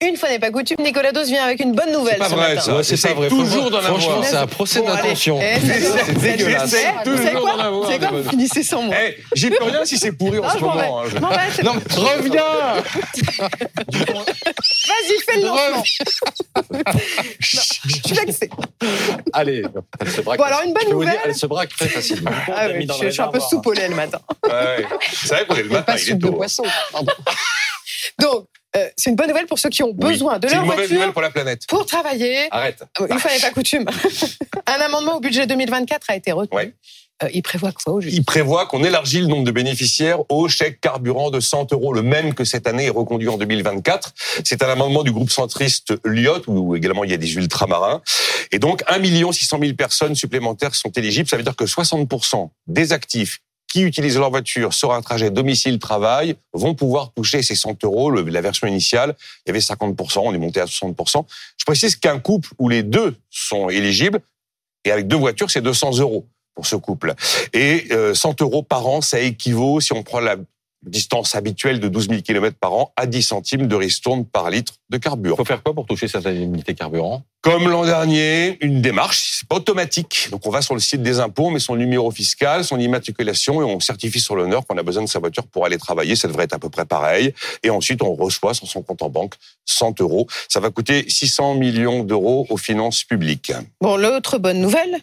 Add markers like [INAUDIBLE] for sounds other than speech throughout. Une fois n'est pas coutume, Nicolas Dos vient avec une bonne nouvelle. pas ce vrai, matin. ça. c'est Essaye pas vrai. Toujours d'en Franchement, avoir. c'est un procès Bon, allez. d'intention. Eh, c'est C'est bon. dégueulasse. Eh, Vous savez Toujours en quoi avoir Vous savez des quoi bonnes. Finissez sans moi. Eh, J'ai plus rien si c'est pourri en Non, ce je m'en vais. moment. hein. Je m'en vais, c'est Non, bon. mais reviens Vas-y, fais le lancement. Je suis vexée. Allez, elle se braque. Bon, alors, une bonne Ah, Je vais vous dire, nouvelle. Elle se braque très facilement. Ah ouais, je, je suis un peu soupolée le matin. Ah, Ouais, ouais. C'est vrai qu'on est le matin, pas il est soupe de tôt. poisson. [LAUGHS] Donc, euh, c'est une bonne nouvelle pour ceux qui ont besoin de C'est leur une mauvaise nouvelle voiture pour la planète. pour travailler. Arrête. Une fois n'est pas [LAUGHS] coutume. Un amendement au budget 2024 a été retenu. Ouais. Euh, il prévoit quoi au juste Il prévoit qu'on élargit le nombre de bénéficiaires au chèque carburant de 100 euros, le même que cette année est reconduit en 2024. C'est un amendement du groupe centriste Lyot, où également il y a des ultramarins. Et donc, 1 600 000 personnes supplémentaires sont éligibles. Ça veut dire que 60% des actifs qui utilisent leur voiture sur un trajet domicile-travail vont pouvoir toucher ces 100 euros. Le- La version initiale, il y avait 50%, on est monté à 60%. Je précise qu'un couple où les deux sont éligibles, et avec deux voitures, c'est 200 euros pour ce couple. Et euh, 100 euros par an, ça équivaut, si on prend la distance habituelle de 12 000 km par an, à 10 centimes de ristourne par litre de Il carburant. faut faire quoi pour toucher cette indemnité carburant Comme l'an dernier, une démarche, c'est pas automatique. Donc on va sur le site des impôts, on met son numéro fiscal, son immatriculation et on certifie sur l'honneur qu'on a besoin de sa voiture pour aller travailler. Ça devrait être à peu près pareil. Et ensuite, on reçoit sur son compte en banque 100 euros. Ça va coûter 600 millions d'euros aux finances publiques. Bon, l'autre bonne nouvelle,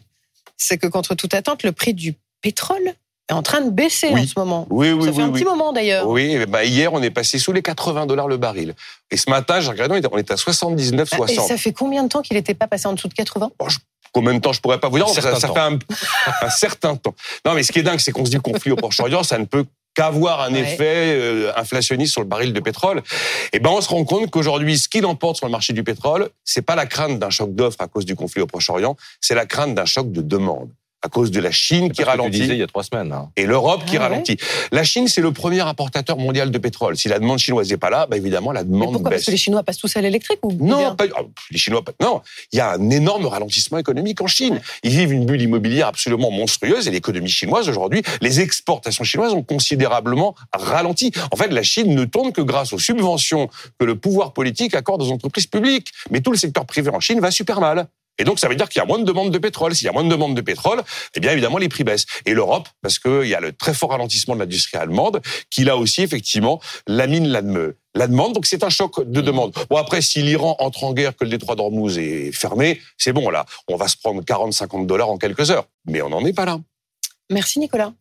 c'est que contre toute attente, le prix du pétrole est en train de baisser Oui. en ce moment. Oui, oui, Ça oui. fait un oui. petit moment d'ailleurs. Oui, eh ben, hier, on est passé sous les 80 dollars le baril. Et ce matin, j'ai regardé, on était- on est à Ah, Et 79,60. ça fait combien de temps qu'il n'était pas passé en dessous de 80 Combien de temps je pourrais pas vous dire Un parce que certain Ça, ça fait un, [LAUGHS] un certain temps. Non, mais ce qui est dingue, c'est qu'on se dit le conflit au Proche-Orient, ça ne peut qu'avoir un Ouais. effet euh, inflationniste sur le baril de pétrole. Et ben, on se rend compte qu'aujourd'hui, ce qui l'emporte sur le marché du pétrole, c'est pas la crainte d'un choc d'offres à cause du conflit au Proche-Orient, c'est la crainte d'un choc de demande à cause de la Chine qui Parce que Tu ralentit. disais il y a trois semaines. hein. et l'Europe qui Ah ouais. ralentit. La Chine, c'est le premier importateur mondial de pétrole. Si la demande chinoise n'est pas là, bah évidemment, la Mais demande pourquoi Parce baisse. que les Chinois passent tous à l'électrique ou ou Non, bien pas, ah, pff, les Chinois, pas- non. Il y a un énorme ralentissement économique en Chine. Ils vivent une bulle immobilière absolument monstrueuse et l'économie chinoise aujourd'hui, les exportations chinoises ont considérablement ralenti. En fait, la Chine ne tourne que grâce aux subventions que le pouvoir politique accorde aux entreprises publiques. Mais tout le secteur privé en Chine va super mal. Et donc, ça veut dire qu'il y a moins de demandes de pétrole. S'il y a moins de demandes de pétrole, eh bien, évidemment, les prix baissent. Et l'Europe, parce qu'il y a le très fort ralentissement de l'industrie allemande, qui là aussi, effectivement, lamine la, deme- la demande. Donc, c'est un choc de demande. Bon, après, si l'Iran entre en guerre, que le détroit d'Ormuz est fermé, c'est bon, là. On va se prendre 40, 50 dollars en quelques heures. Mais on n'en est pas là. Merci Nicolas.